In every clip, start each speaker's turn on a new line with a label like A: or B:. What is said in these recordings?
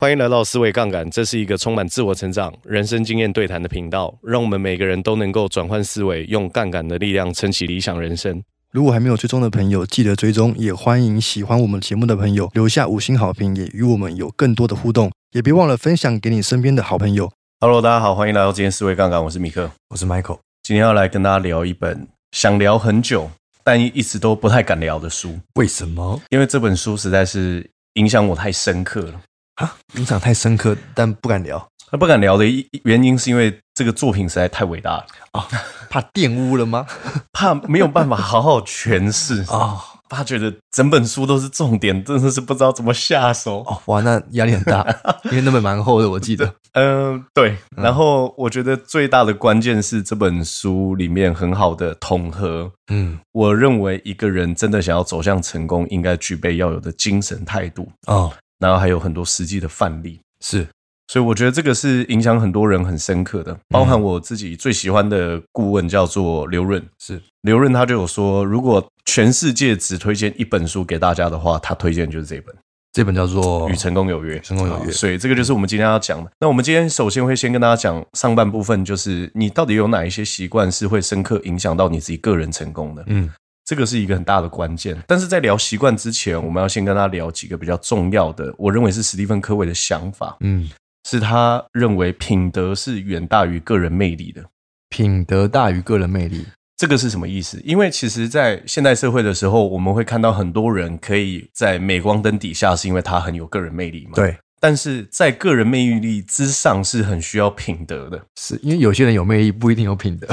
A: 欢迎来到思维杠杆，这是一个充满自我成长、人生经验对谈的频道，让我们每个人都能够转换思维，用杠杆的力量撑起理想人生。
B: 如果还没有追踪的朋友，记得追踪，也欢迎喜欢我们节目的朋友留下五星好评，也与我们有更多的互动，也别忘了分享给你身边的好朋友。
A: Hello，大家好，欢迎来到今天思维杠杆，我是米克，
B: 我是 Michael，
A: 今天要来跟大家聊一本想聊很久但一直都不太敢聊的书，
B: 为什么
A: 因为这本书实在是影响我太深刻了。
B: 啊？影响太深刻，但不敢聊
A: 他不敢聊的一一原因是因为这个作品实在太伟大了，
B: 啊，怕玷污了吗？
A: 怕没有办法好好诠 释
B: 啊、哦、
A: 他觉得整本书都是重点，真的是不知道怎么下手。
B: 哦，哇，那压力很 大，因为那本蛮厚的，我记得。
A: 嗯，对。然后我觉得最大的关键是这本书里面很好的统合，
B: 嗯，
A: 我认为一个人真的想要走向成功，应该具备要有的精神态度，
B: 哦，
A: 然后还有很多实际的范例。
B: 是，
A: 所以我觉得这个是影响很多人很深刻的，包含我自己最喜欢的顾问叫做刘润，
B: 是
A: 刘润他就有说，如果全世界只推荐一本书给大家的话，他推荐就是这本。
B: 这本叫做
A: 与成功有约，
B: 哦成功有约
A: 好所以这个就是我们今天要讲的。那我们今天首先会先跟大家讲上半部分，就是你到底有哪一些习惯是会深刻影响到你自己个人成功的，
B: 嗯，
A: 这个是一个很大的关键。但是在聊习惯之前，我们要先跟大家聊几个比较重要的，我认为是史蒂芬·科维的想法，
B: 嗯，
A: 是他认为品德是远大于个人魅力的。
B: 品德大于个人魅力，
A: 这个是什么意思？因为其实，在现代社会的时候，我们会看到很多人可以在镁光灯底下，是因为他很有个人魅力嘛。
B: 对，
A: 但是在个人魅力之上是很需要品德的，
B: 是因为有些人有魅力，不一定有品德，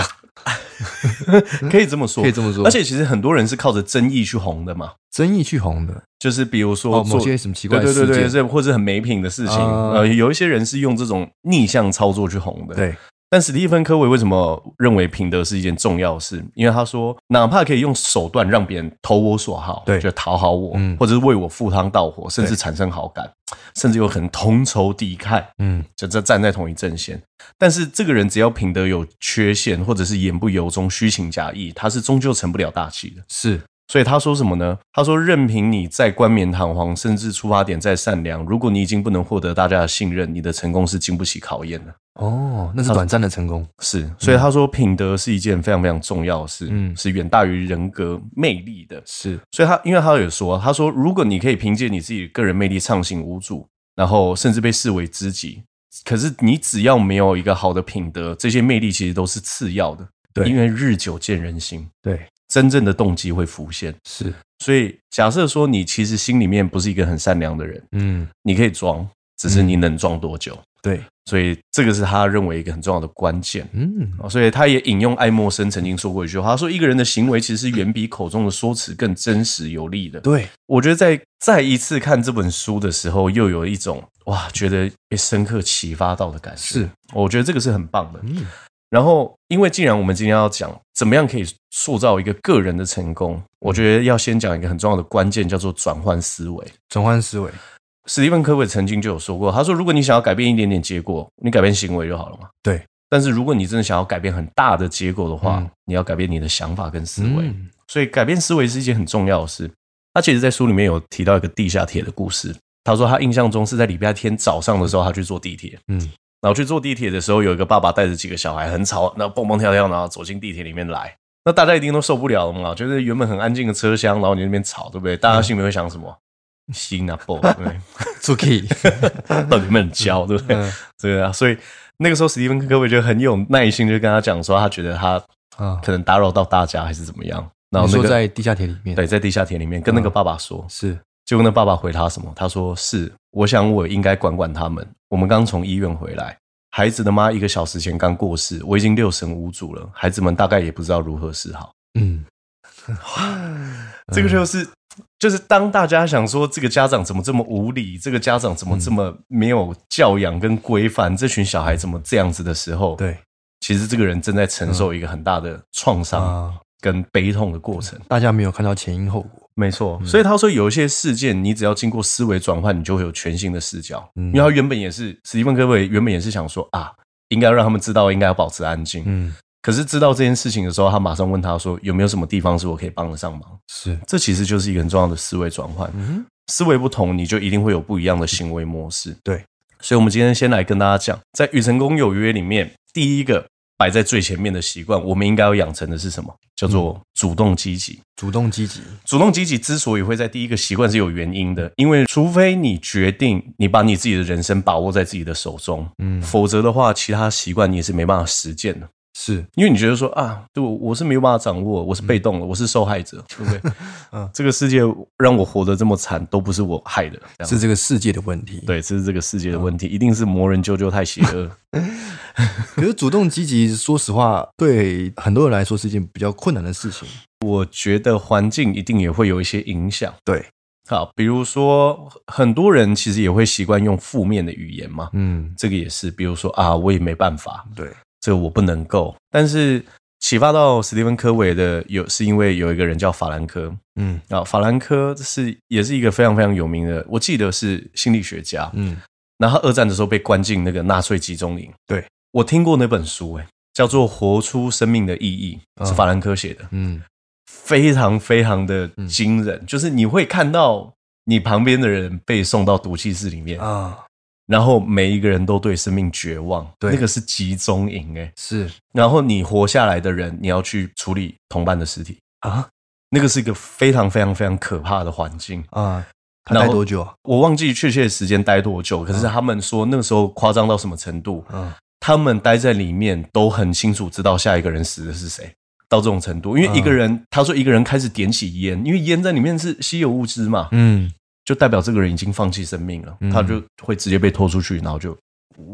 A: 可以这么说，
B: 嗯可以这么说
A: 而且其实很多人是靠着争议去红的嘛，
B: 争议去红的，
A: 就是比如说
B: 哦，某
A: 做
B: 些什么奇怪
A: 对
B: 的
A: 对
B: 事件，
A: 对对，是或者很没品的事情，
B: 啊
A: 呃，有一些人是用这种逆向操作去红的。，
B: 对
A: 但史蒂芬科维为什么认为品德是一件重要事？因为他说，哪怕可以用手段让别人投我所好，
B: 对
A: 就讨好我，
B: 嗯
A: 或者是为我赴汤蹈火，甚至
B: 对
A: 产生好感，甚至有可能同仇敌忾，
B: 嗯，
A: 就这站在同一阵线。但是这个人只要品德有缺陷，或者是言不由衷、虚情假意，他是终究成不了大器的。
B: 是
A: 所以他说什么呢？他说：“任凭你再冠冕堂皇，甚至出发点再善良，如果你已经不能获得大家的信任，你的成功是经不起考验的。
B: 哦，那是短暂的成功，”
A: 是，所以他说品德是一件非常非常重要的事，
B: 嗯
A: 是远大于人格魅力的。
B: 是
A: 所以他，因为他有说，他说如果你可以凭借你自己个人魅力畅行无阻，然后甚至被视为知己，可是你只要没有一个好的品德，这些魅力其实都是次要的，
B: 对
A: 因为日久见人心，
B: 对，
A: 真正的动机会浮现。
B: 是，
A: 所以，假设说你其实心里面不是一个很善良的人，
B: 嗯，
A: 你可以装，只是你能装多久。
B: 对，
A: 所以，这个是他认为一个很重要的关键。
B: 嗯，
A: 哦所以他也引用爱默生曾经说过一句话，他说：“一个人的行为其实远比口中的说辞更真实有力的。”
B: 对，
A: 我觉得在再一次看这本书的时候，又有一种哇，觉得被深刻启发到的感觉。
B: 是，
A: 我觉得这个是很棒的。
B: 嗯，
A: 然后，因为既然我们今天要讲怎么样可以塑造一个个人的成功，我觉得要先讲一个很重要的关键，叫做转换思维。
B: 转换思维，
A: 史蒂芬·科维曾经就有说过，他说：“如果你想要改变一点点结果，你改变行为就好了嘛。”
B: 对。
A: 但是，如果你真的想要改变很大的结果的话，
B: 嗯
A: 你要改变你的想法跟思
B: 思
A: 维。
B: 维，
A: 所以改变思维是一件很重要的事。他其实，在书里面有提到一个地下铁的故事。他说，他印象中是在礼拜天早上的时候，他去坐地铁，
B: 嗯，
A: 然后去坐地铁的时候，有一个爸爸带着几个小孩，很吵，然后蹦蹦跳跳，然后走进地铁里面来。那大家一定都受不了了嘛，就是原本很安静的车厢，然后你在那边吵，对不对？大家心里面会想什么？心啊，爆，对不对？
B: 出去，
A: 到底有没有人教，对不对？
B: 嗯
A: 对啊，所以那个时候，史蒂芬·科维就很有耐心，就跟他讲说，他觉得他
B: 啊，
A: 可能打扰到大家，还是怎么样。然
B: 你
A: 后那
B: 说
A: 个
B: 在地下铁里面，嗯
A: 对，在地下铁里面跟那个爸爸说，
B: 是，
A: 结果那爸爸回他什么？他说是，我想我应该管管他们。我们刚从医院回来，孩子的妈一个小时前刚过世，我已经六神无主了，孩子们大概也不知道如何是好。
B: 嗯，
A: 这个就是。就是当大家想说这个家长怎么这么无理，这个家长怎么
B: 嗯
A: 这么没有教养跟规范，这群小孩怎么这样子的时候，，
B: 对嗯
A: 其实这个人正在承受一个很大的创伤
B: 啊，
A: 跟悲痛的过程。
B: 大家没有看到前因后果，
A: 没错，
B: 嗯
A: 所以他说有一些事件，你只要经过思维转换，你就会有全新的视角。
B: 嗯
A: 因为他原本也是史蒂芬·科维，原本也是想说啊，应该要让他们知道，应该要保持安静。
B: 嗯，
A: 可是知道这件事情的时候，他马上问他说，有没有什么地方是我可以帮得上忙？
B: 是，
A: 这其实就是一个很重要的思维转换。
B: 嗯，
A: 思维不同，你就一定会有不一样的行为模式。
B: 对，
A: 所以，我们今天先来跟大家讲，在与成功有约里面，第一个摆在最前面的习惯，我们应该要养成的是什么？叫
B: 嗯
A: 做主动积极。
B: 主动积极，
A: 主动积极之所以会在第一个习惯是有原因的，因为除非你决定你把你自己的人生把握在自己的手中，
B: 嗯，
A: 否则的话，其他习惯你也是没办法实践的。
B: 是
A: 因为你觉得说啊，对我我是没有办法掌握，我是被动的，我是受害者，对不对？
B: 嗯
A: 嗯，这个世界让我活得这么惨，都不是我害的，这样
B: 是这个世界的问题。，
A: 对，这是这个世界的
B: 嗯
A: 问题，一定是魔人啾啾太邪 恶。
B: 可是主动积极，说实话，对很多人来说是一件比较困难的事情。
A: 我觉得环境一定也会有一些影响。
B: 对，
A: 好，比如说很多人其实也会习惯用负面的语言嘛，
B: 嗯，
A: 这个也是，比如说啊，我也没办法，
B: 对，
A: 这个我不能够。但是启发到史蒂芬科维的有，是因为有一个人叫法兰科
B: 嗯
A: 啊，法兰科是也是一个非常非常有名的，我记得是心理学家。
B: 嗯，
A: 然后他二战的时候被关进那个纳粹集中营。
B: 对
A: 我听过那本书、欸，叫做《活出生命的意义》，
B: 嗯
A: 是法兰科写的，
B: 嗯，
A: 非常非常的惊人。就是你会看到你旁边的人被送到毒气室里面，
B: 啊，
A: 然后每一个人都对生命绝望。
B: 对
A: 那个是集中营、欸，
B: 是
A: 然后你活下来的人，你要去处理同伴的尸体。
B: 啊
A: 那个是一个非常非常非常可怕的环境，
B: 啊，他
A: 然
B: 待
A: 后
B: 多久啊？
A: 我忘记确切时间待多久，可是他们说那个时候夸张到什么程度，
B: 嗯
A: 他们待在里面都很清楚知道下一个人死的是谁，到这种程度，因为一个人、他说一个人开始点起烟，因为烟在里面是稀有物质嘛，
B: 嗯，
A: 就代表这个人已经放弃生命了，
B: 嗯
A: 他就会直接被拖出去，然后就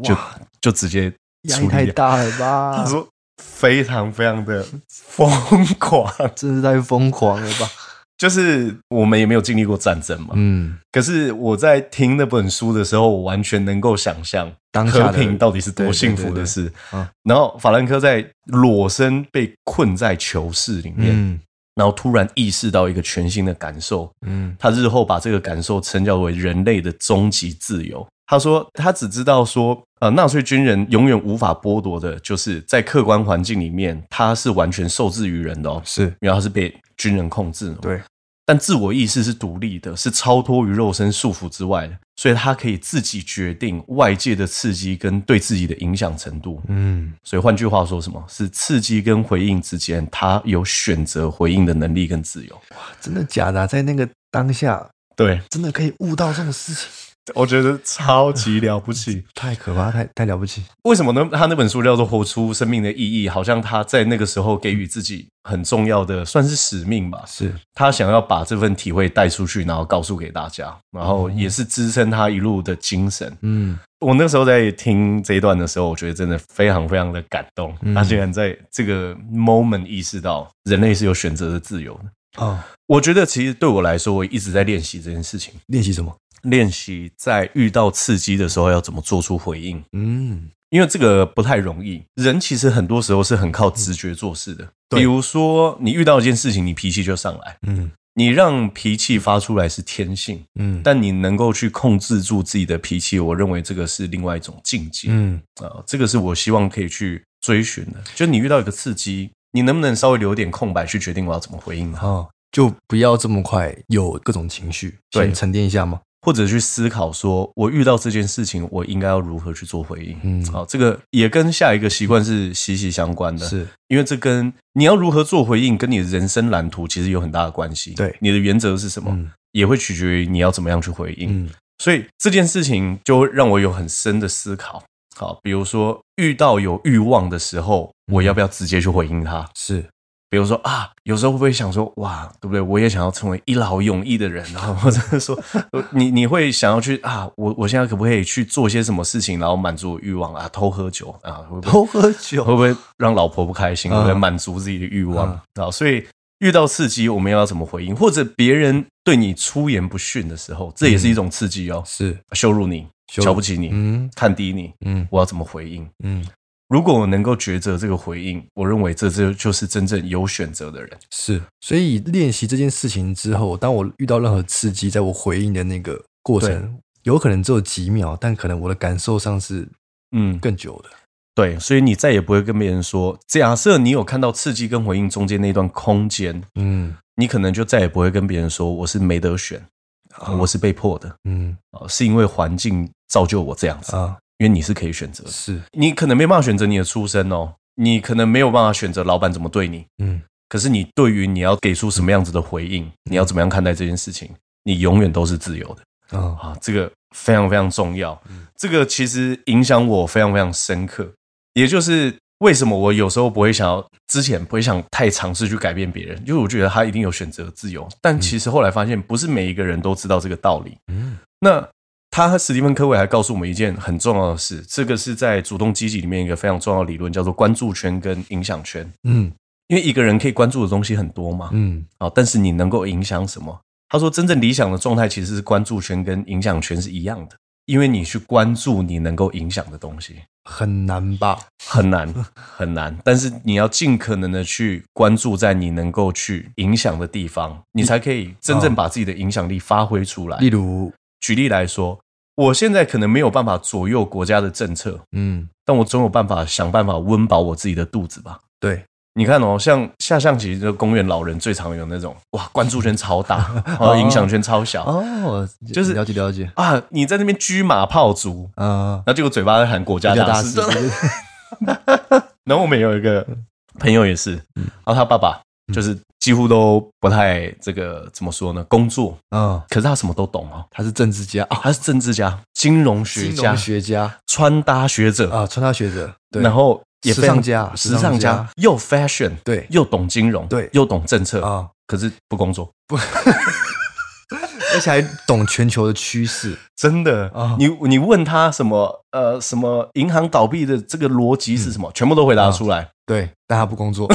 A: 就
B: 哇，
A: 就直接
B: 压
A: 处
B: 力
A: 理
B: 太
A: 掉。
B: 大了
A: 他
B: 吧？
A: 说非常非常的疯狂，
B: 真是太疯狂了吧？
A: 就是我们也没有经历过战争嘛，
B: 嗯，
A: 可是我在听那本书的时候，我完全能够想象
B: 当下
A: 和
B: 的
A: 平到底是多幸福的事。
B: 对啊
A: 然后法兰克在裸身被困在囚室里面，
B: 嗯
A: 然后突然意识到一个全新的感受，
B: 嗯
A: 他日后把这个感受称叫为人类的终极自由。他说，他只知道说，呃，纳粹军人永远无法剥夺的，就是在客观环境里面，他是完全受制于人的哦，
B: 是
A: 因为他是被军人控制的嘛。
B: 对，
A: 但自我意识是独立的，是超脱于肉身束缚之外的，所以他可以自己决定外界的刺激跟对自己的影响程度。
B: 嗯
A: 所以换句话说，什么是刺激跟回应之间，他有选择回应的能力跟自由。
B: 真的假的啊、在那个当下，
A: 对，
B: 真的可以悟到这种事情，
A: 我觉得超级了不起。
B: 太可怕，太太了不起。
A: 为什么呢？他那本书叫做《活出生命的意义》，好像他在那个时候给予自己很重要的，算是使命吧。
B: 是，
A: 他想要把这份体会带出去，然后告诉给大家，然后也是支撑他一路的精神。
B: 嗯
A: 我那时候在听这一段的时候，我觉得真的非常非常的感动。
B: 嗯
A: 他竟然在这个 moment 意识到人类是有选择的自由的。
B: 哦，
A: 我觉得其实对我来说，我一直在练习这件事情，
B: 练习什么？
A: 练习在遇到刺激的时候要怎么做出回应，
B: 嗯，
A: 因为这个不太容易。人其实很多时候是很靠直觉做事的。
B: 嗯对
A: 比如说，你遇到一件事情，你脾气就上来，
B: 嗯
A: 你让脾气发出来是天性，
B: 嗯，
A: 但你能够去控制住自己的脾气，我认为这个是另外一种境界。
B: 嗯
A: 啊，这个是我希望可以去追寻的。就你遇到一个刺激，你能不能稍微留点空白去决定我要怎么回应它，
B: 哦，就不要这么快有各种情绪，
A: 对
B: 先沉淀一下嘛。
A: 或者去思考说，我遇到这件事情，我应该要如何去做回应？
B: 嗯
A: 好，这个也跟下一个习惯是息息相关的，
B: 是，
A: 因为这跟你要如何做回应，跟你的人生蓝图其实有很大的关系。
B: 对
A: 你的原则是什么，
B: 嗯
A: 也会取决于你要怎么样去回应。
B: 嗯
A: 所以这件事情就会让我有很深的思考。好，比如说遇到有欲望的时候，
B: 嗯
A: 我要不要直接去回应它？
B: 是，
A: 比如说啊，有时候会不会想说，哇，对不对？我也想要成为一劳永逸的人，然后 或者是说，呃你你会想要去啊，我我现在可不可以去做些什么事情，然后满足我欲望啊？偷喝酒啊，会不会
B: 多喝
A: 会
B: 酒，
A: 不会让老婆不开心？
B: 嗯
A: 会不会满足自己的欲望
B: 嗯
A: 啊？所以遇到刺激，我们要怎么回应？或者别人对你出言不逊的时候，这也是一种刺激哦，
B: 是，
A: 羞辱你、
B: 嗯羞辱
A: 瞧不起你、
B: 嗯
A: 看低你，
B: 嗯
A: 我要怎么回应？
B: 嗯，
A: 如果我能够抉择这个回应，我认为这就就是真正有选择的人。
B: 是。所以练习这件事情之后，当我遇到任何刺激，在我回应的那个过程，有可能只有几秒，但可能我的感受上是
A: 嗯，
B: 更久的。
A: 对，所以你再也不会跟别人说，假设你有看到刺激跟回应中间那段空间，
B: 嗯
A: 你可能就再也不会跟别人说我是没得选，
B: 啊
A: 我是被迫的，
B: 嗯
A: 啊，是因为环境造就我这样子，
B: 啊，
A: 因为你是可以选择的，
B: 是，
A: 你可能没办法选择你的出身哦，你可能没有办法选择老板怎么对你，
B: 嗯
A: 可是你对于你要给出什么样子的回应，你要怎么样看待这件事情，你永远都是自由的
B: 啊，
A: 啊！这个非常非常重要，
B: 嗯
A: 这个其实影响我非常非常深刻，也就是为什么我有时候不会想要之前不会想太尝试去改变别人，因为我觉得他一定有选择自由，但其实后来发现不是每一个人都知道这个道理。
B: 嗯
A: 那他和史蒂芬·科维还告诉我们一件很重要的事，这个是在主动积极里面一个非常重要的理论，叫做关注圈跟影响圈。
B: 嗯
A: 因为一个人可以关注的东西很多嘛，
B: 嗯
A: 啊、但是你能够影响什么？他说，真正理想的状态其实是关注圈跟影响圈是一样的，因为你去关注你能够影响的东西
B: 很难吧？
A: 很难很难，但是你要尽可能的去关注在你能够去影响的地方，你才可以真正把自己的影响力发挥出来。
C: 嗯
B: 例如，
A: 举例来说，我现在可能没有办法左右国家的政策，
B: 嗯，
A: 但我总有办法想办法温饱我自己的肚子吧。
B: 对，
A: 你看哦，像下象棋，就公园老人最常有那种哇，关注圈超大，然 后影响圈超小、
B: 哦，
A: 就是
B: 了解了解，
A: 啊！你在那边车马炮竹，
B: 啊，
A: 然后结果嘴巴在喊国家
B: 比较
A: 大
B: 大
A: 事
B: 事。，
A: 然后我们有一个朋友也是，
B: 嗯
A: 然后他爸爸就是几乎都不太这个怎么说呢，工作，
B: 啊，
A: 可是他什么都懂哦，
B: 他是政治家啊，
A: 他是政治家、金融学
B: 金
A: 家
B: 融、学家
A: 穿搭学者
B: 啊，穿搭学者，对，
A: 然后也非常
B: 时尚家
A: 时尚
B: 时尚
A: 家
B: 家
A: 又 fashion，
B: 对
A: 又懂金融，
B: 对
A: 又懂政策啊，
B: 啊，
A: 可是不工作，
B: 而且还懂全球的趋势，
A: 真的
B: 啊
A: 你你问他什么呃什么银行倒闭的这个逻辑是什
B: 嗯
A: 么，全部都回答出
B: 啊
A: 来。
B: 对，但他不工 作，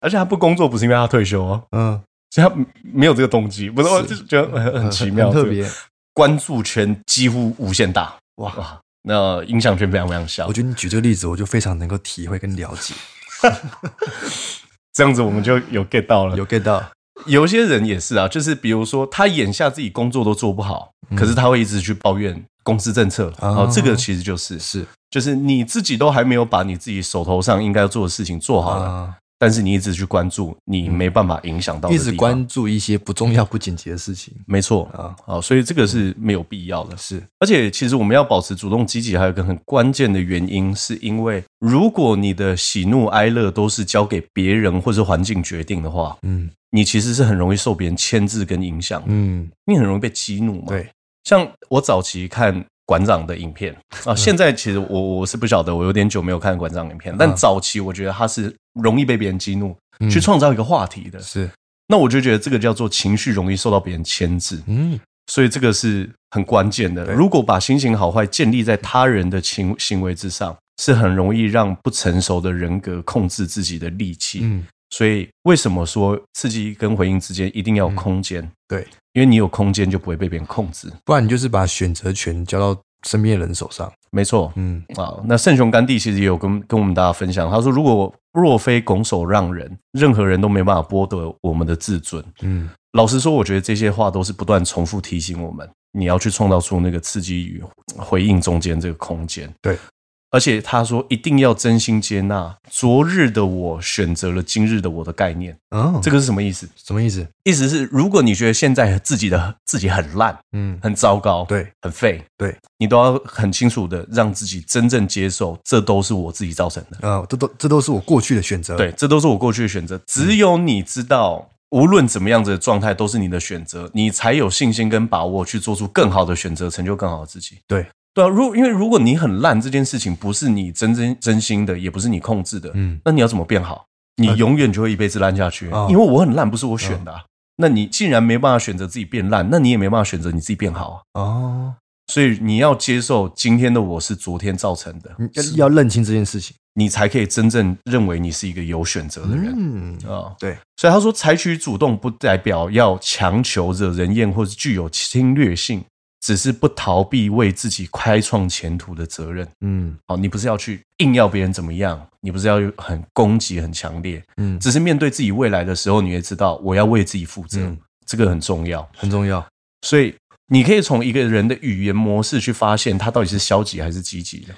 A: 而且他不工作不是因为他退休哦，
B: 嗯，
A: 所以他没有这个动机，不是，
B: 是
A: 我就觉得很很奇妙，
B: 嗯特
A: 这个
B: 别。
A: 关注圈几乎无限大
B: 哇
A: 哇，那影响圈非常非常小
B: 我，觉得你举这个例子，我就非常能够体会跟了 解，
A: 这样子我们就有 get 到了。
B: 有 get 到，
A: 有些人也是啊，就是比如说他眼下自己工作都做不好，可是他会一直去抱怨公司政策。
B: 嗯啊
A: 哦，这个其实就 是
B: 是
A: 就是你自己都还没有把你自己手头上应该做的事情做好了，
B: 啊，
A: 但是你一直去关注，你没办法影响到
B: 嗯
A: 的
B: 一
A: 地方
B: 直关注一些不重要、不紧急的事情
A: 没错
B: 啊，
A: 哦，所以这个是没有必要的。
B: 是
A: 而且，其实我们要保持主动积极，还有一个很关键的原因，是因为如果你的喜怒哀乐都是交给别人或是环境决定的话，
B: 嗯
A: 你其实是很容易受别人牵制跟影响的。
B: 嗯，
A: 你很容易被激怒嘛。，
B: 对，
A: 像我早期看馆长的影片
B: 嗯
A: 啊，现在其实我我是不晓得，我有点久没有看馆长影片，但
B: 嗯
A: 早期我觉得他是容易被别人激怒，去
B: 嗯
A: 创造一个话题的。
B: 是
A: 那我就觉得这个叫做情绪容易受到别人牵制，
B: 嗯
A: 所以这个是很关键的。
B: 对
A: 如果把心情好坏建立在他人的情行为之上，是很容易让不成熟的人格控制自己的力气。
B: 嗯
A: 所以为什么说刺激跟回应之间一定要有空间？
B: 嗯对，
A: 因为你有空间就不会被别人控制。
B: 不然你就是把选择权交到身边的人手上，
A: 没错，
B: 嗯
A: 啊，那圣雄甘地其实也有跟跟我们大家分享，他说，如果若非拱手让人，任何人都没办法剥夺我们的自尊。
B: 嗯
A: 老实说，我觉得这些话都是不断重复提醒我们，你要去创造出那个刺激与回应中间这个空间。
B: 对，
A: 而且他说，一定要真心接纳昨日的我选择了今日的我的概念，
B: 哦，这
A: 这
B: 个
A: 个是什么意思？
B: 什么意思？
A: 意思是，如果你觉得现在自己的自己很烂、
B: 嗯，
A: 很糟糕，
B: 对，
A: 很废，
B: 对
A: 你都要很清楚的让自己真正接受，这都是我自己造成的，
B: 啊，这都这都是我过去的选择，
A: 对，这都是我过去的选择。只有你知道，无论怎么样子的状态都是你的选择，你才有信心跟把握去做出更好的选择，成就更好的自己。
B: 对，
A: 对啊，如因为如果你很烂，这件事情不是你真真真心的，也不是你控制的，
B: 嗯呃
A: 那你要怎么变好？你永远就会一辈子烂下去，
B: 哦
A: 因为我很烂，不是我选的啊、那你既然没办法选择自己变烂，那你也没办法选择你自己变好啊。
B: 哦，
A: 所以你要接受今天的我是昨天造成的，
B: 你嗯要要认清这件事情，
A: 你才可以真正认为你是一个有选择的人
B: 嗯
A: 啊、
B: 对，
A: 所以他说，采取主动不代表要强求、惹人厌或是具有侵略性，只是不逃避为自己开创前途的责任。
B: 嗯
A: 好，你不是要去硬要别人怎么样，你不是要很攻击、很强烈，
B: 嗯，这
A: 只是面对自己未来的时候，你会知道我要为自己负责，
B: 嗯
A: 这个很重要。
B: 很重要，
A: 所以你可以从一个人的语言模式去发现他到底是消极还是积极的。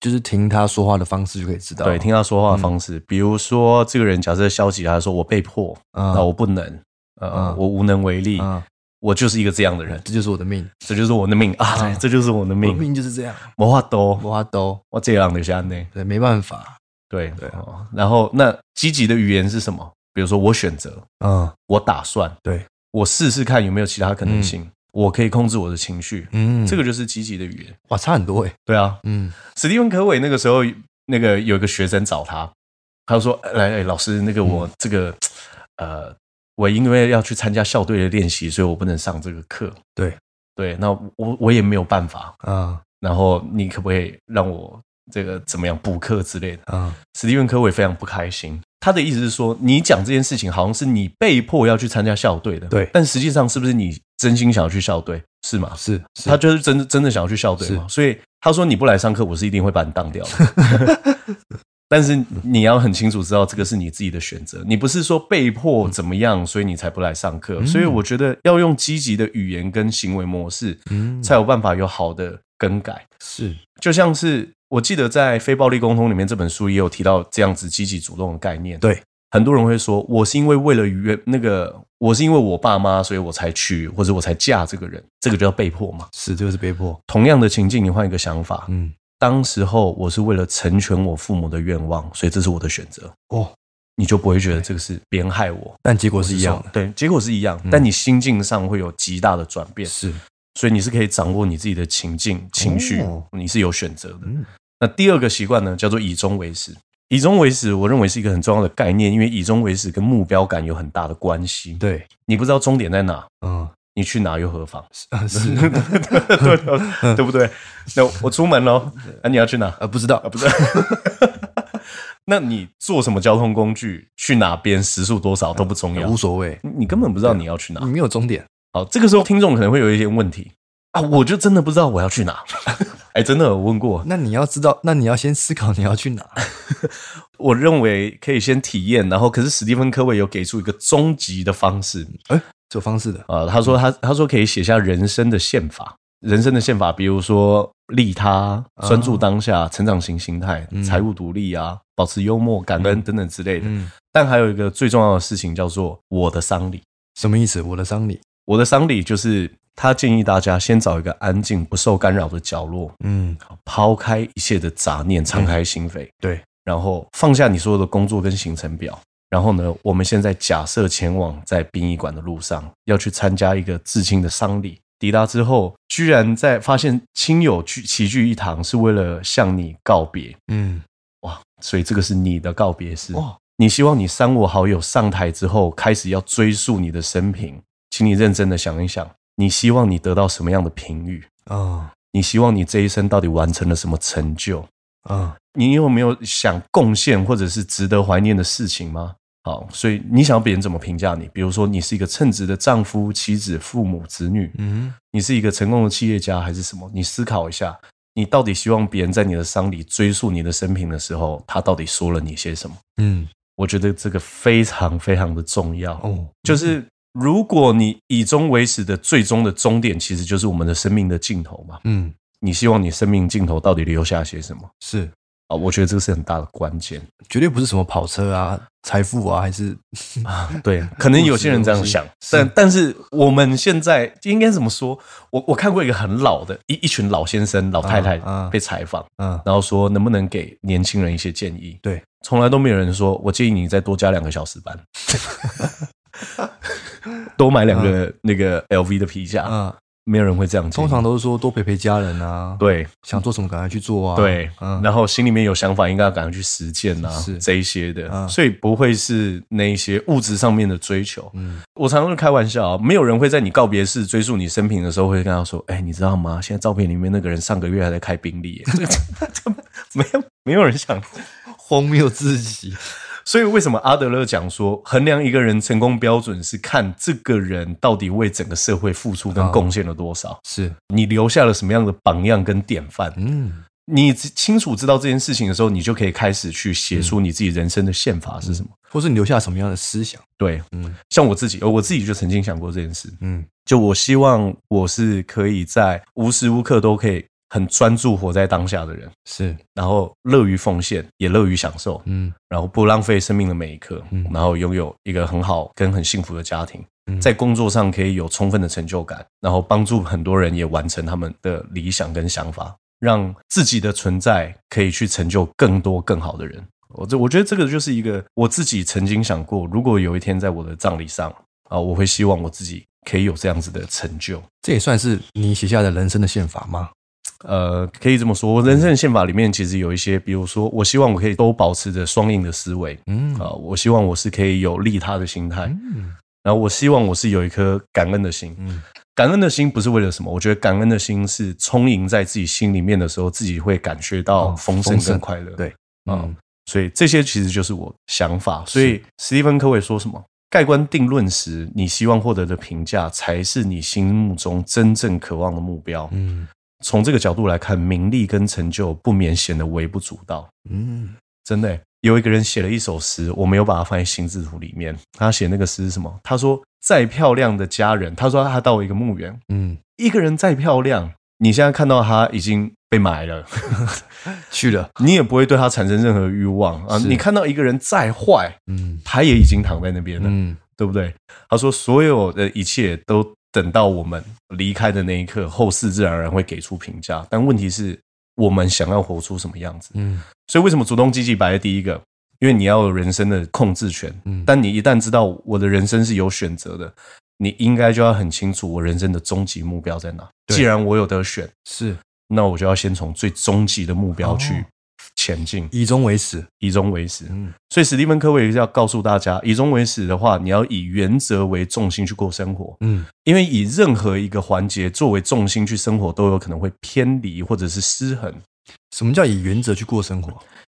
B: 就是听他说话的方式就可以知道，
A: 对，听他说话的方式，比如说这个人假设消极，他说我被迫，
B: 啊
C: 啊
A: 那我不能，呃，
B: 嗯
A: 我无能为力，
B: 啊
A: 我就是一个这样的人，
C: 这就是我的命，
A: 这就是我的命啊，
C: 啊
A: 对这就是我的
C: 我的
A: 命，
C: 命就是这样，
A: 魔化多，
C: 我阿都
A: 我这样的下内，
C: 对，没办法，
A: 对
C: 对
A: 哦然后那积极的语言是什么？比如说我选择，
C: 嗯
A: 我打算，
C: 对
A: 我试试看有没有其他可能性，我可以控制我的情绪，
C: 嗯，
A: 这个就是积极的语言。
C: 哇差很多哎，
A: 对啊，
C: 嗯
A: 史蒂芬·科伟那个时候，那个有一个学生找他，他就说：“来，来老师，那个
C: 嗯
A: 我这个、呃，我因为要去参加校队的练习，所以我不能上这个课。
C: 对
A: 对，那我我也没有办法。
C: 啊
A: 然后你可不可以让我这个怎么样补课之类的？”
C: 啊
A: 史蒂芬·科伟非常不开心。他的意思是说，你讲这件事情好像是你被迫要去参加校队的，
C: 对
A: 但实际上是不是你真心想要去校队？是吗？
C: 是是
A: 他就是真真的想要去校队嘛，所以他说你不来上课，我是一定会把你当掉的。 但是你要很清楚知道，这个是你自己的选择，你不是说被迫怎么样，所以你才不来上课。
C: 嗯
A: 所以我觉得要用积极的语言跟行为模式，
C: 嗯
A: 才有办法有好的更改。
C: 是
A: 就像是我记得在《非暴力沟通》里面这本书也有提到这样子积极主动的概念。
C: 对，
A: 很多人会说，我是因为为了约那个，我是因为我爸妈，所以我才去，或者我才嫁这个人，这个就叫被迫嘛。
C: 是这个是被迫，
A: 同样的情境，你换一个想法，
C: 嗯
A: 当时候我是为了成全我父母的愿望，所以这是我的选择，
C: 哦，
A: 你就不会觉得这个是别人害我，
C: 但结果是一样
A: 或者
C: 的，
A: 说对，结果是一样，
C: 嗯
A: 但你心境上会有极大的转变，
C: 是
A: 所以你是可以掌握你自己的情境、情绪，
C: 哦
A: 你是有选择的。
C: 嗯
A: 那第二个习惯呢，叫做以终为始。以终为始，我认为是一个很重要的概念，因为以终为始跟目标感有很大的关系。
C: 对
A: 你不知道终点在哪，
C: 嗯
A: 你去哪又何 妨？
C: 是是
A: 对对对不对？那我出门喽，那、你要去哪？
C: 呃不知道
A: 啊，不是。那你坐什么交通工具，去哪边，时速多少都不重要，
C: 无所 谓，
A: 你你根本不知道你要去哪
C: 你。没有终点，
A: 好，这个时候听众可能会有一些问题啊，我就真的不知道我要去哪。 哎，真的，我问过，
C: 那你要知道，那你要先思考你要去哪，
A: 我认为可以先体验，然后可是史蒂芬科维有给出一个终极的方式
C: 这种方式的，
A: 啊、呃他说他他说可以写下人生的宪法，人生的宪法，比如说利他、
C: 啊
A: 专注当下、成长型心态
C: 嗯、
A: 财务独立啊、保持幽默、感恩等等之类的。
C: 嗯，
A: 但还有一个最重要的事情叫做我的丧礼。
C: 什么意思？我的丧礼，
A: 我的丧礼就是他建议大家先找一个安静、不受干扰的角落，
C: 嗯，
A: 抛开一切的杂念，敞开心扉，
C: 对，
A: 然后放下你所有的工作跟行程表。然后呢，我们现在假设前往在殡仪馆的路上，要去参加一个至亲的丧礼。抵达之后，居然在发现亲友聚齐聚一堂，是为了向你告别。
C: 嗯，
A: 哇，所以这个是你的告别式。
C: 哇，
A: 你希望你三五好友上台之后，开始要追溯你的生平，请你认真的想一想，你希望你得到什么样的评语？
C: 哦，
A: 你希望你这一生到底完成了什么成就？
C: 啊，
A: 你有没有想贡献或者是值得怀念的事情吗？好，所以你想要别人怎么评价你？比如说，你是一个称职的丈夫、妻子、父母、子女，
C: 嗯，
A: 你是一个成功的企业家还是什么？你思考一下，你到底希望别人在你的丧礼追溯你的生平的时候，他到底说了你些什么？
C: 嗯，
A: 我觉得这个非常非常的重要。
C: 哦，
A: 就是如果你以终为始的最终的终点，其实就是我们的生命的尽头嘛。
C: 嗯，
A: 你希望你生命尽头到底留下些什么
C: 是，
A: 啊？我觉得这个是很大的关键。
C: 绝对不是什么跑车啊、财富啊，还 是
A: 对，可能有些人这样想，
C: 是
A: 但但是我们现在应该怎么说？我我看过一个很老的一一群老先生、老太太
C: 啊啊
A: 被采访，
C: 嗯，
A: 然后说能不能给年轻人一些建议？
C: 对，
A: 从来都没有人说我建议你再多加两个小时 班，多买两个那个 LV 的皮夹，
C: 嗯，
A: 没有人会这样建议。
C: 通常都是说多陪陪家人啊，，
A: 对
C: 想做什么赶快去做啊，
A: 对，
C: 嗯，
A: 然后心里面有想法，应该要赶快去实践啊
C: 是，
A: 这一些的，
C: 嗯
A: 所以不会是那一些物质上面的追求。
C: 嗯，
A: 我常常会开玩笑啊，没有人会在你告别式追溯你生平的时候，会跟他说：“哎、你知道吗？现在照片里面那个人上个月还在开宾利耶。” 没有，没有人想
C: 荒谬至极，
A: 所以为什么阿德勒讲说，衡量一个人成功标准是看这个人到底为整个社会付出跟贡献了多少，
C: 是，
A: 你留下了什么样的榜样跟典范。
C: 嗯，
A: 你只清楚知道这件事情的时候，你就可以开始去写出你自己人生的宪法是什么。
C: 或是你留下什么样的思想，
A: 对，
C: 嗯
A: 像我自己，呃我自己就曾经想过这件事，
C: 嗯，
A: 就我希望我是可以在无时无刻都可以很专注活在当下的人，
C: 是，
A: 然后乐于奉献，也乐于享受。
C: 嗯
A: 然后不浪费生命的每一刻，
C: 嗯
A: 然后拥有一个很好跟很幸福的家庭。
C: 嗯
A: 在工作上可以有充分的成就感，然后帮助很多人也完成他们的理想跟想法，让自己的存在可以去成就更多更好的人。我这我觉得这个就是一个我自己曾经想过，如果有一天在我的葬礼上啊，我会希望我自己可以有这样子的成就。
C: 这也算是你写下的人生的宪法吗？
A: 呃，可以这么说，我人生的宪法里面其实有一些，比如说，我希望我可以都保持着双赢的思维
C: 嗯
A: 啊、我希望我是可以有利他的心态，
C: 嗯
A: 然后我希望我是有一颗感恩的心。
C: 嗯
A: 感恩的心不是为了什么，我觉得感恩的心是充盈在自己心里面的时候，自己会感觉到
C: 哦
A: 丰盛
C: 丰盛
A: 跟快乐。
C: 对
A: 啊、
C: 嗯
A: 所以这些其实就是我想法。所以史蒂芬科维说什么？盖棺定论时，你希望获得的评价，才是你心目中真正渴望的目标。
C: 嗯
A: 从这个角度来看，名利跟成就不免显得微不足道。
C: 嗯，
A: 真的欸、有一个人写了一首诗，我没有把它放在心智图里面。他写那个诗是什么？他说：“再漂亮的佳人，他说他到一个墓园，
C: 嗯，
A: 一个人再漂亮，你现在看到她已经被埋了，
C: 去了，
A: 你也不会对她产生任何欲望啊。
C: 是
A: 你看到一个人再坏，
C: 嗯
A: 他也已经躺在那边了，
C: 嗯
A: 对不对？”他说：“所有的一切都等到我们离开的那一刻，后世自然而然会给出评价。但问题是，我们想要活出什么样子？”
C: 嗯
A: 所以为什么主动积极摆在第一个？因为你要有人生的控制权。
C: 嗯
A: 但你一旦知道我的人生是有选择的，你应该就要很清楚我人生的终极目标在哪。
C: 对
A: 既然我有得选，
C: 是
A: 那我就要先从最终极的目标去
C: 哦
A: 前进，
C: 以终为始，
A: 以终为始。
C: 嗯
A: 所以史蒂芬科维要告诉大家，以终为始的话，你要以原则为重心去过生活，
C: 嗯
A: 因为以任何一个环节作为重心去生活，都有可能会偏离或者是失衡。
C: 什么叫以原则去过生活？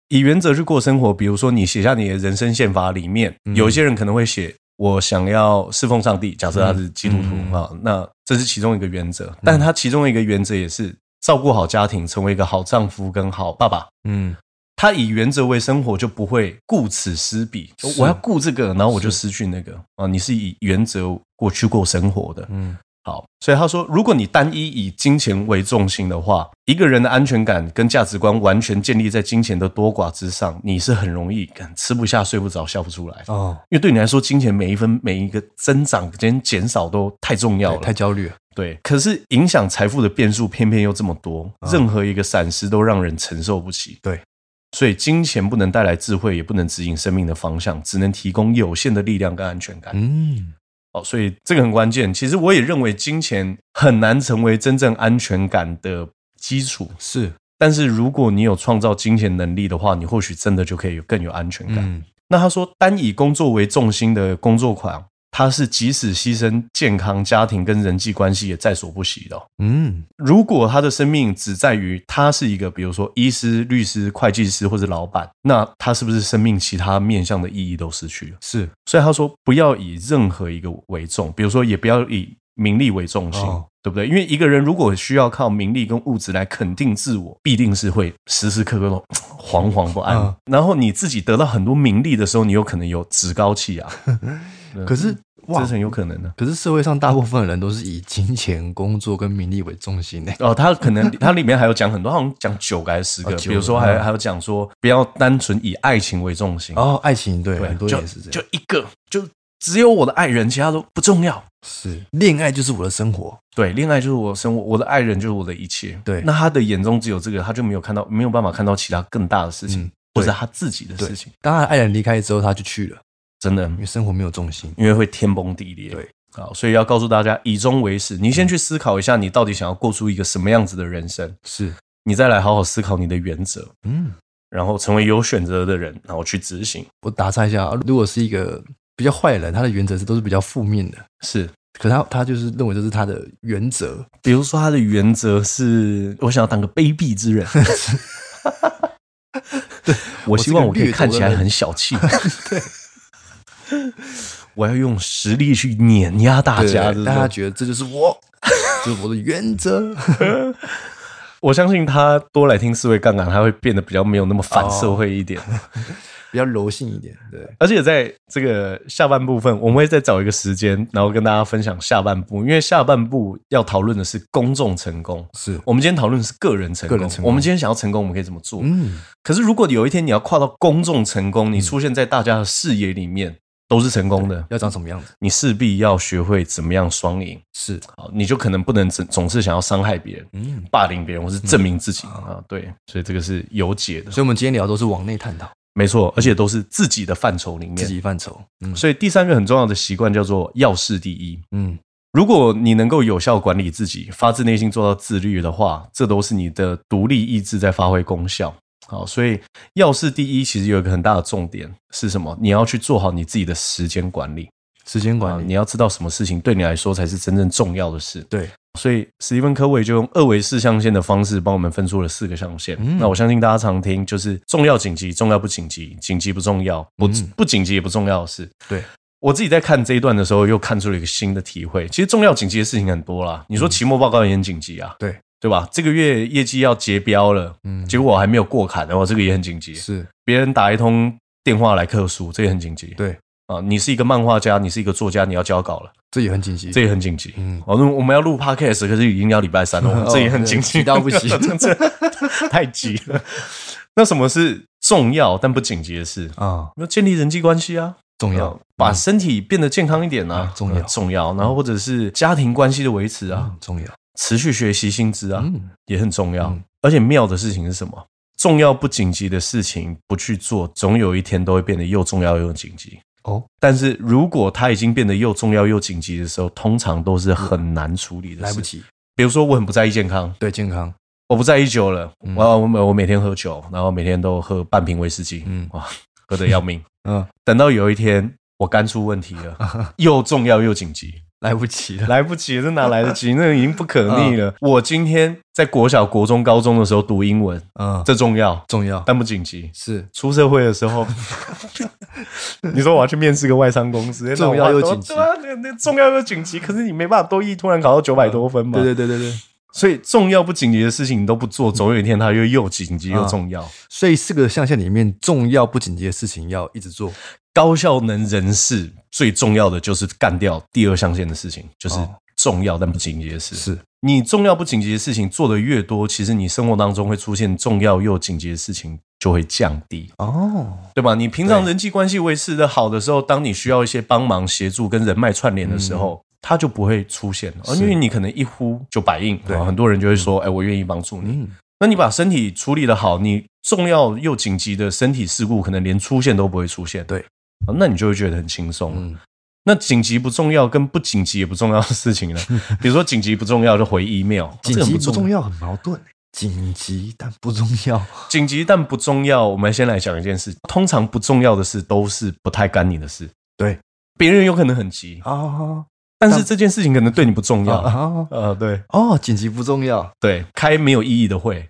A: 以原则去过生活，比如说你写下你的人生宪法里面，
C: 嗯
A: 有一些人可能会写我想要侍奉上帝，假设他是基督徒
C: 嗯嗯嗯
A: 啊、那这是其中一个原则，但他其中一个原则也是照顾好家庭，成为一个好丈夫跟好爸爸。
C: 嗯
A: 他以原则为生活，就不会顾此失彼。
C: 是
A: 我要顾这个，然后我就失去那个啊！你是以原则过去过生活的，
C: 嗯
A: 好，所以他说，如果你单一以金钱为重心的话，一个人的安全感跟价值观完全建立在金钱的多寡之上，你是很容易干吃不下、睡不着、笑不出来。
C: 哦，
A: 因为对你来说，金钱每一分、每一个增长跟减少都太重要
C: 对
A: 了，
C: 太焦虑了，
A: 对。可是影响财富的变数偏偏又这么多，
C: 啊
A: 任何一个闪失都让人承受不起。
C: 对，
A: 所以金钱不能带来智慧，也不能指引生命的方向，只能提供有限的力量跟安全感。
C: 嗯
A: 哦，所以这个很关键。其实我也认为金钱很难成为真正安全感的基础，
C: 是，
A: 但是如果你有创造金钱能力的话，你或许真的就可以有更有安全感。
C: 嗯
A: 那他说，单以工作为重心的工作款，它是即使牺牲健康、家庭跟人际关系也在所不惜的哦、
C: 嗯
A: 如果他的生命只在于他是一个，比如说医师、律师、会计师或者老板，那他是不是生命其他面向的意义都失去了？
C: 是
A: 所以他说不要以任何一个为重，比如说也不要以名利为重心，
C: 哦
A: 对不对？因为一个人如果需要靠名利跟物质来肯定自我，必定是会时时刻刻都惶惶不安。
C: 嗯
A: 然后你自己得到很多名利的时候，你有可能有趾高气 昂、
C: 可是
A: 这
C: 哇
A: 是很有可能的。
C: 可是社会上大部分人都是以金钱、工作跟名利为重心的。
A: 哦，他可能他里面还有讲很多，好像讲九个还是十个，
C: 哦九
A: 比
C: 个
A: 如说还
C: 嗯
A: 还有讲说不要单纯以爱情为重心，
C: 哦，爱情对
A: 对，啊
C: 很多
A: 就
C: 也是这样，
A: 就一个，就只有我的爱人，其他都不重要。
C: 是恋爱就是我的生活，
A: 对，恋爱就是我的生活，我的爱人就是我的一切。
C: 对
A: 那他的眼中只有这个，他就没有看到，没有办法看到其他更大的事情，
C: 嗯
A: 或
C: 对
A: 者他自己的事情。
C: 当他的爱人离开之后，他就去了，
A: 真的，
C: 因为生活没有重心。
A: 因为会天崩地裂。
C: 对，嗯
A: 好，所以要告诉大家，以终为始。你先去思考一下，你到底想要过出一个什么样子的人生，
C: 是，
A: 你再来好好思考你的原则，
C: 嗯，
A: 然后成为有选择的人，然后去执行。
C: 我打岔一下，啊如果是一个比较坏的人，他的原则是都是比较负面的，
A: 是，
C: 可他他就是认为这是他的原则，
A: 比如说他的原则是，我想要当个卑鄙之 人。我
C: 我是
A: 希望
C: 个
A: 我可以
C: 掠夺
A: 看
C: 的
A: 起来
C: 人
A: 很小 气。我要用实力去碾压大
C: 对
A: 家。这种
C: 但他觉得这就是我， 就是我的原则。
A: 我相信他多来听四位杠杆，他会变得比较没有那么反社会一点。
C: 哦比较柔性一点，对，
A: 而且在这个下半部分，我们会再找一个时间，然后跟大家分享下半部，因为下半部要讨论的是公众成功。
C: 是，
A: 我们今天讨论的是个人成功。
C: 个人成功
A: 我们今天想要成功，我们可以怎么做？
C: 嗯，
A: 嗯可是如果有一天你要跨到公众成功，你出现在大家的视野里面，都是成功的，
C: 要长什么样子？
A: 你势必要学会怎么样双赢。
C: 是，
A: 好，你就可能不能总总是想要伤害别人、
C: 嗯，
A: 霸凌别人，或是证明自己、啊。对，所以这个是有解的
C: 所以，我们今天聊的都是往内探讨
A: 没错，而且都是自己的范畴里
C: 自
A: 面。
C: 己范畴，嗯
A: 所以第三个很重要的习惯叫做要事第一。
C: 嗯，
A: 如果你能够有效管理自己，发自内心做到自律的话，这都是你的独立意志在发挥功效。好，所以要事第一，其实有一个很大的重点是什么？你要去做好你自己的时间管理
C: 时间
A: 啊！
C: 管理，
A: 你要知道什么事情对你来说才是真正重要的事。
C: 对，
A: 所以史蒂芬科维就用二维四象限的方式帮我们分出了四个象限。
C: 嗯
A: 那我相信大家常听就是重要紧急，重要不紧急，紧急不重要，不、
C: 嗯
A: 不紧急也不重要的事。
C: 对，
A: 我自己在看这一段的时候，又看出了一个新的体会。其实重要紧急的事情很多啦，你说期末报告也很紧急啊，
C: 嗯对
A: 对吧？这个月业绩要结标了，
C: 嗯，
A: 结果我还没有过坎，哦然后这个也很紧急。
C: 是
A: 别人打一通电话来客诉，这也很紧急。
C: 对，
A: 啊，你是一个漫画家，你是一个作家，你要交稿了，
C: 这也很紧急，
A: 这也很紧急。
C: 嗯，
A: 哦，那我们要录 podcast，可是已经要礼拜 三了，我们这也很紧急，
C: 哦急到不行
A: 真的太急了。那什么是重要但不紧急的事？
C: 啊，
A: 要建立人际关系啊，
C: 重要
A: 呃，把身体变得健康一点啊
C: 嗯，重要
A: 呃重要。然后或者是家庭关系的维持啊，
C: 嗯重要，
A: 持续学习薪资啊，
C: 嗯，
A: 也很重要
C: 嗯。
A: 而且妙的事情是什么？重要不紧急的事情不去做，总有一天都会变得又重要又紧急。
C: 哦，
A: 但是如果它已经变得又重要又紧急的时候，通常都是很难处理的，
C: 嗯来不。及，
A: 比如说，我很不在意健康，
C: 对健康，
A: 我不在意酒了，
C: 嗯
A: 我我每我每天喝酒，然后每天都喝半瓶威士忌，
C: 嗯
A: 哇，喝得要命。
C: 嗯，
A: 等到有一天我肝出问题 了，又重要又紧急，
C: 来不及了，
A: 来不及，这哪来得及？那已经不可逆 了。嗯我今天在国小、国中、高中的时候读英文，
C: 嗯，
A: 这重要
C: 重要，
A: 但不紧急。
C: 是
A: 出社会的时 候，你说我要去面试个外商公司，
C: 重要又紧急
A: 对啊，那那重要又紧急，可是你没办法多益突然考到九百多分嘛。
C: 对对对对对，
A: 所以重要不紧急的事情你都不
C: 嗯
A: 做，总有一天它又又紧急又重要。
C: 所以四个象限里面，重要不紧急的事情要一直做，
A: 高效能人士最重要的就是干掉第二象限的事情，就是
C: 哦
A: 重要但不紧急的事。
C: 是
A: 你重要不紧急的事情做的越多，其实你生活当中会出现重要又紧急的事情就会降低，
C: 哦，
A: 对吧？你平常
C: 对
A: 人际关系维持的好的时候，当你需要一些帮忙、协助跟人脉串联的时候。它就不会出现了，
C: 嗯是
A: 因为你可能一呼就百应，
C: 对
A: 啊很多人就会说：“哎、我愿意帮助你。
C: 嗯，
A: 那你把身体处理的好，你重要又紧急的身体事故可能连出现都不会出现，
C: 对
A: 啊，那你就会觉得很轻松。
C: 嗯
A: 那紧急不重要，跟不紧急也不重要的事 情呢？比如说紧急不重要就回 email，啊
C: 紧
A: 这个很
C: 急不重
A: 要。
C: 要很矛盾，啊紧急但不重要，
A: 紧急但不重要，我们先来讲一件事。通常不重要的事都是不太干你的事，
C: 对，
A: 别人有可能很急，
C: 啊
A: 但是这件事情可能对你不重
C: 啊
A: 要。
C: 啊，
A: 呃，对
C: 哦，紧急不重要，
A: 对，开没有意义的 会，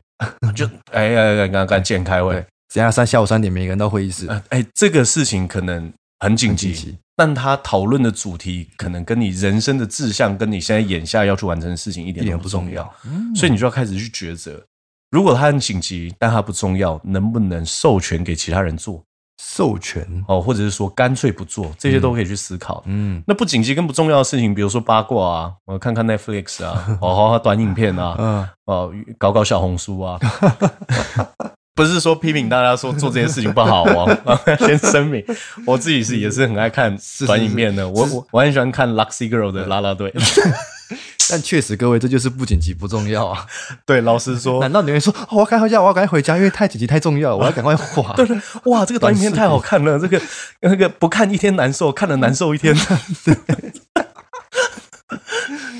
A: 就哎哎哎，刚刚见开会，
C: 对，等下三下午三点每个人到会议室，
A: 呃，哎，这个事情可能很紧
C: 很
A: 急，
C: 紧急
A: 但他讨论的主题可能跟你人生的志向，跟你现在眼下要去完成的事情一
C: 一
A: 点
C: 点
A: 都
C: 都不
A: 不重
C: 重
A: 要，
C: 要，嗯
A: 所以你就要开始去抉择。如果它很紧急，但它不重要，能不能授权给其他人做
C: 授权，
A: 哦，或者是说干脆不做，这些都可以去思考。
C: 嗯
A: 那不紧急跟不重要的事情，比如说八卦啊，我看看 Netflix 啊，哦，好好短影片啊，
C: 嗯，
A: 哦，搞搞小红书啊。 不是说批评大家说做这些事情不好 哦，先声明，我自己是也是很爱看
C: 是
A: 短影片的，我
C: 是
A: 我我很喜欢看 Luxy Girl 的啦啦 队。
C: 但确实各位，这就是不紧急不重要啊，
A: 对，老实说
C: 难，道你会说哦我要赶快回家，我要赶快回家，因为太紧急太重要了，我要赶快 画，
A: 对对， 哇，这个短影片太好看了，这个那个不看一天难受，看了难受 一天。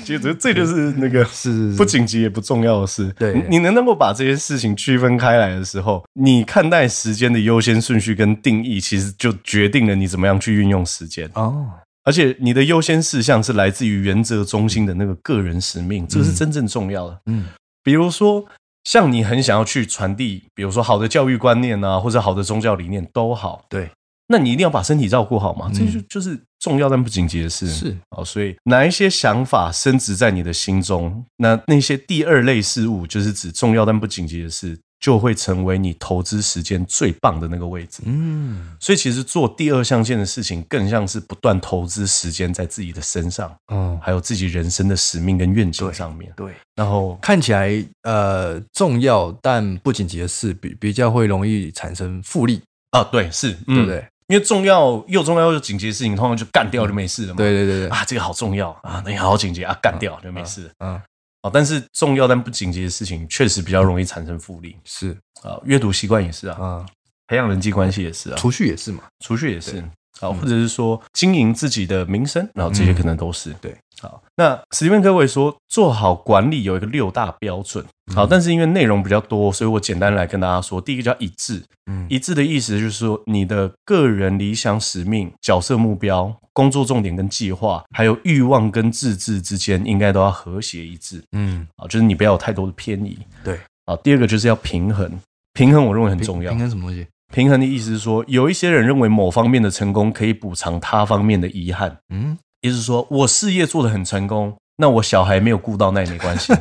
A: 其实这就是那个
C: 是是是
A: 不紧急也不重要的事。
C: 对
A: 你你能能够把这些事情区分开来的时候，你看待时间的优先顺序跟定义，其实就决定了你怎么样去运用时间。
C: 哦，
A: 而且你的优先事项是来自于原则中心的那个个人使命，这个是真正重要的。
C: 嗯
A: 比如说，像你很想要去传递，比如说好的教育观念啊，或者好的宗教理念都好，
C: 对，
A: 那你一定要把身体照顾好嘛，
C: 嗯
A: 这就就是重要但不紧急的事。
C: 是
A: 哦，所以哪一些想法升值在你的心中，那那些第二类事物，就是指重要但不紧急的事，就会成为你投资时间最棒的那个位置。
C: 嗯
A: 所以其实做第二象限的事情，更像是不断投资时间在自己的身上，
C: 哦
A: 还有自己人生的使命跟愿景
C: 对
A: 上面。
C: 对。
A: 然后
C: 看起来呃重要但不紧急的事，比比较会容易产生复利，
A: 啊，对，是，
C: 对
A: 嗯
C: 不？对？
A: 因为重要又重要又紧急的事情，通常就干掉就没事了嘛。
C: 嗯对对对对，
A: 啊，这个好重要啊，那个好紧急啊，干掉就没事了。
C: 嗯，
A: 哦，但是重要但不紧急的事情，确实比较容易产生复利
C: 是
A: 啊。阅读习惯也是啊，
C: 啊，
A: 培养人际关系也是啊，
C: 储蓄也是嘛，
A: 储蓄也是
C: 对嗯
A: 啊，或者是说经营自己的名声，然后这些可能都是、
C: 对。
A: 好，那史蒂芬·科维说，做好管理有一个六大标准。
C: 嗯
A: 好，但是因为内容比较多，所以我简单来跟大家说。第一个叫一致，
C: 嗯
A: 一致的意思就是说，你的个人理想、使命、角色目标、工作重点跟计划，还有欲望跟自制之间，应该都要和谐一致
C: 嗯，
A: 啊，就是你不要有太多的偏移
C: 对，
A: 啊。第二个就是要平衡，平衡我认为很
C: 平
A: 重要
C: 平。衡什么东西？
A: 平衡的意思是说，有一些人认为某方面的成功可以补偿他方面的遗憾，
C: 嗯，
A: 也就是说，我事业做得很成功，那我小孩没有顾到那也没关系，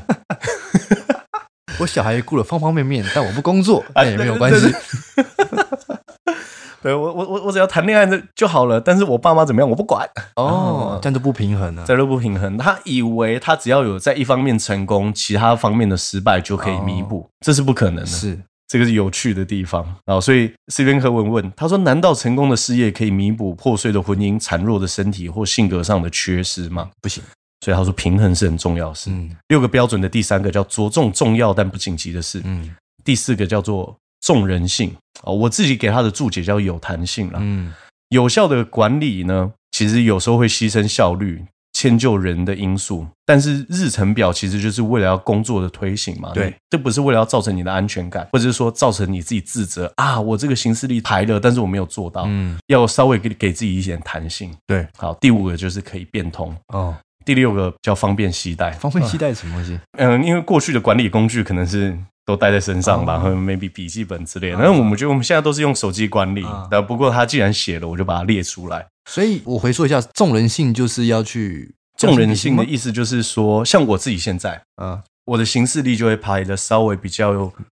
C: 我小孩顾了方方面面，但我不工作，那也没有关系
A: 对。 对我我我我只要谈恋爱就就好了，但是我爸妈怎么样我不管，
C: 哦，这样就不平衡了。
A: 这就不平衡。他以为他只要有在一方面成功，其他方面的失败就可以弥补，这哦是不可能的。
C: 是，
A: 这个是有趣的地方啊、所以斯宾克文问他说：“难道成功的事业可以弥补破碎的婚姻、孱弱的身体或性格上的缺失吗？”
C: 不行。
A: 所以他说平衡是很重要的事。
C: 嗯
A: 六个标准的第三个叫着重重要但不紧急的事，
C: 嗯
A: 第四个叫做重人性啊、哦我自己给他的注解叫有弹性啦。
C: 嗯，
A: 有效的管理呢，其实有时候会牺牲效率。迁就人的因素，但是日程表其实就是为了要工作的推行嘛。
C: 对
A: 你，这不是为了要造成你的安全感，或者是说造成你自己自责啊，我这个行事历排了，但是我没有做到，
C: 嗯
A: 要稍微给给自己一点弹性。
C: 对，
A: 好，第五个就是可以变通，
C: 哦，
A: 第六个叫方便携带，
C: 方便携带是什么东西？
A: 嗯，因为过去的管理工具可能是都带在身上吧，
C: 哦
A: 或者 maybe 笔记本之类的。
C: 嗯
A: 那我们觉得我们现在都是用手机管理
C: 嗯，
A: 但不过他既然写了，我就把它列出来。
C: 所以我回溯一下，重人性就是要去
A: 众人性的
C: 思
A: 意思就是说，像我自己现在，
C: 啊
A: 我的行事历就会排的稍微比较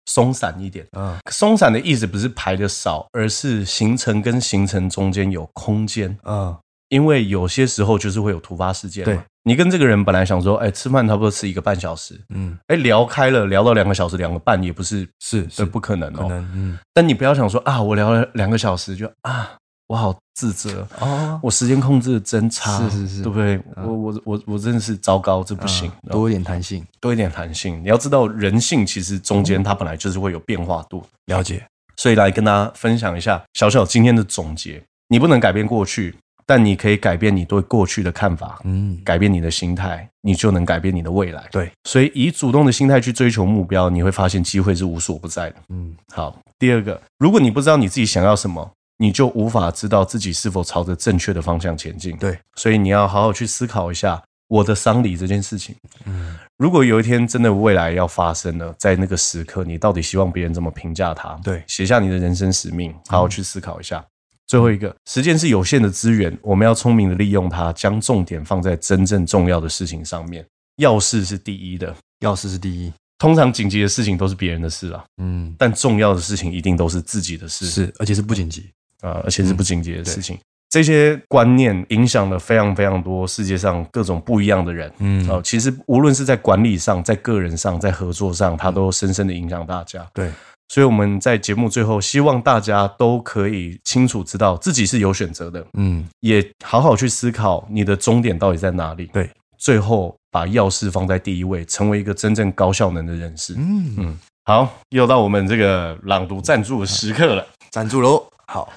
A: 松散一点。
C: 啊
A: 松散的意思不是排的少，而是行程跟行程中间有空间。
C: 啊，
A: 因为有些时候就是会有突发事件嘛。
C: 对
A: 你跟这个人本来想说，哎，吃饭差不多吃一个半小时，
C: 嗯，
A: 哎，聊开了，聊到两个小时、两个半，也不是
C: 是
A: 这
C: 是
A: 不可能哦。
C: 可能，嗯
A: 但你不要想说啊，我聊了两个小时就啊，我好自责，
C: 哦，
A: 我时间控制的真差，
C: 是是是
A: 对不对？我我我我真的是糟糕，这不行。哦
C: 啊多一点弹性，
A: 多一点弹性，你要知道人性其实中
C: 嗯
A: 间它本来就是会有变化度，
C: 了解，
A: 所以来跟大家分享一下小小今天的总结。你不能改变过去，但你可以改变你对过去的看法，
C: 嗯，
A: 改变你的心态，你就能改变你的未来。
C: 对，
A: 所以以主动的心态去追求目标，你会发现机会是无所不在的。
C: 嗯
A: 好，第二个，如果你不知道你自己想要什么，你就无法知道自己是否朝着正确的方向前进。
C: 对，
A: 所以你要好好去思考一下我的丧礼这件事情。
C: 嗯
A: 如果有一天真的未来要发生了，在那个时刻，你到底希望别人怎么评价它？
C: 对
A: 写下你的人生使命，好
C: 嗯
A: 好去思考一下。最后一个，时间是有限的资源，我们要聪明的利用它，将重点放在真正重要的事情上面。要事是第一的，
C: 要事是第一，
A: 通常紧急的事情都是别人的事啊，
C: 嗯
A: 但重要的事情一定都是自己的事。
C: 是，嗯而且是不紧急，
A: 啊，而且是不紧急的事情。这些观念影响了非常非常多世界上各种不一样的人。
C: 嗯
A: 哦、其实无论是在管理上、在个人上、在合作上，它都深深的影响大家。
C: 对，
A: 所以我们在节目最后，希望大家都可以清楚知道自己是有选择的，
C: 嗯
A: 也好好去思考你的终点到底在哪里。
C: 对，
A: 最后把要事放在第一位，成为一个真正高效能的人士。
C: 嗯，
A: 好，又到我们这个朗读赞助的时刻 了。
C: 赞助喽，好。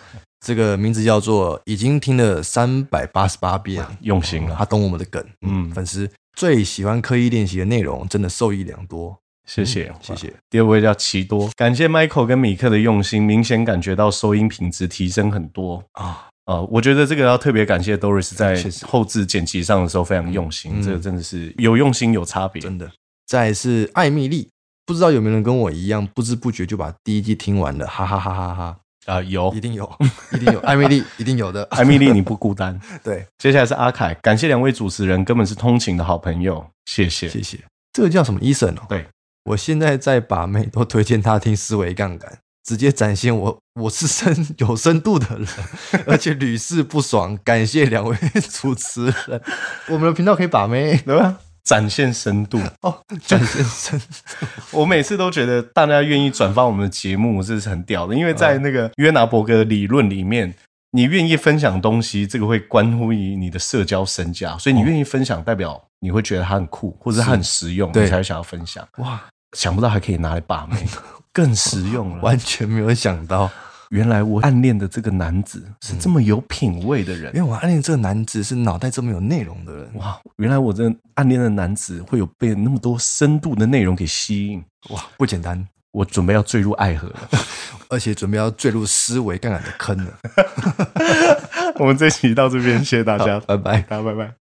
C: 这个名字叫做已经听了三百八十八遍，
A: 用心了
C: 他懂我们的梗，
A: 嗯
C: 嗯，粉丝最喜欢刻意练习的内容，真的受益良多，
A: 谢谢，
C: 嗯谢谢。
A: 第二位叫奇多，感谢 Michael 跟米克的用心，明显感觉到收音品质提升很多
C: 啊。
A: 啊、我觉得这个要特别感谢 Doris 在
C: 确实
A: 后置剪辑上的时候非常用心，
C: 嗯
A: 这个真的是有用心有差别。
C: 真的。再来是艾米丽，不知道有没有人跟我一样，不知不觉就把第一季听完了，哈哈哈哈哈
A: 啊、有
C: 一定有，一定有，艾米丽一定有的。
A: 艾米丽你不孤单。
C: 对，
A: 接下来是阿凯，感谢两位主持人，根本是通勤的好朋友，谢谢。
C: 谢谢。这个叫什么医生哦？
A: 对，
C: 我现在在把妹都推荐他听思维杠杆，直接展现我我是深 有深度的人，而且屡试不爽。感谢两位 主持人，我们的频道可以把妹
A: 对啊吧？展现深度，
C: 哦，转先生，
A: 我每次都觉得嗯大家愿意转发我们的节目，这是很屌的，因为在那个约拿伯格的理论里面，你愿意分享东西，这个会关乎于你的社交身价，所以你愿意分享，代表你会觉得它很酷，或者它很实用，
C: 对
A: 你才会想要分享。
C: 哇，
A: 想不到还可以拿来把 妹，更实用了
C: 完。全没有想到，
A: 原来我暗恋的这个男子是这么有品味的人
C: 因为，我暗恋这个男子是脑袋这么有内容的人，哇
A: 哇！原来我这暗恋的男子会有被那么多深度的内容给吸引，
C: 哇，不简单，
A: 我准备要坠入爱 河了。
C: 而且准备要坠入思维杠杆的坑了，
A: 我们这期到这边，谢谢大家，
C: 拜拜。
A: 呃大家拜拜。